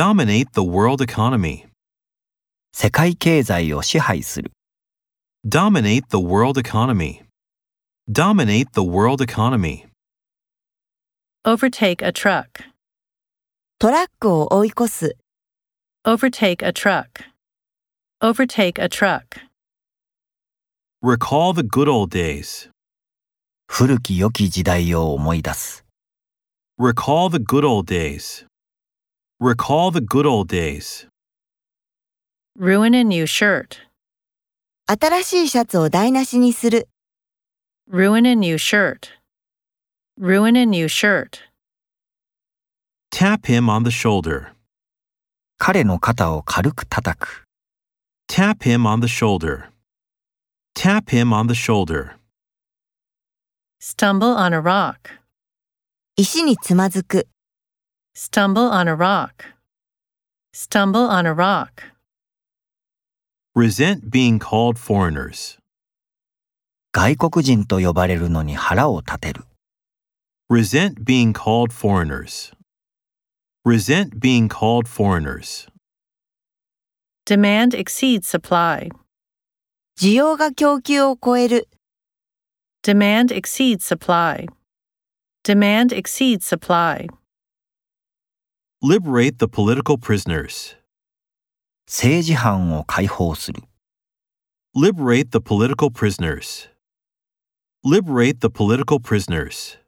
Dominate the world economy. 世界経済を支配する Dominate the world economy. Dominate the world economy. Overtake a truck. トラックを追い越す、 Overtake a truck. Overtake a truck. Recall the good old days. 古き良き時代を思い出す Recall the good old days. Recall the good old days. Ruin a new shirt. 新しいシャツを台無しにする、 Ruin a new shirt. Ruin a new shirt. Tap him on the shoulder. 彼の肩を軽く叩く Tap him on the shoulder. Tap him on the shoulder. Stumble on a rock. 石につまずく、 Stumble on a rock. Stumble on a rock. Resent being called foreigners. 外国人と呼ばれるのに腹を立てる Resent being called foreigners. Resent being called foreigners. Demand exceeds supply. 需要が供給を超える、 Demand exceeds supply. Demand exceeds supply. Liberate the political prisoners. 政治犯を解放する Liberate the political prisoners. Liberate the political prisoners.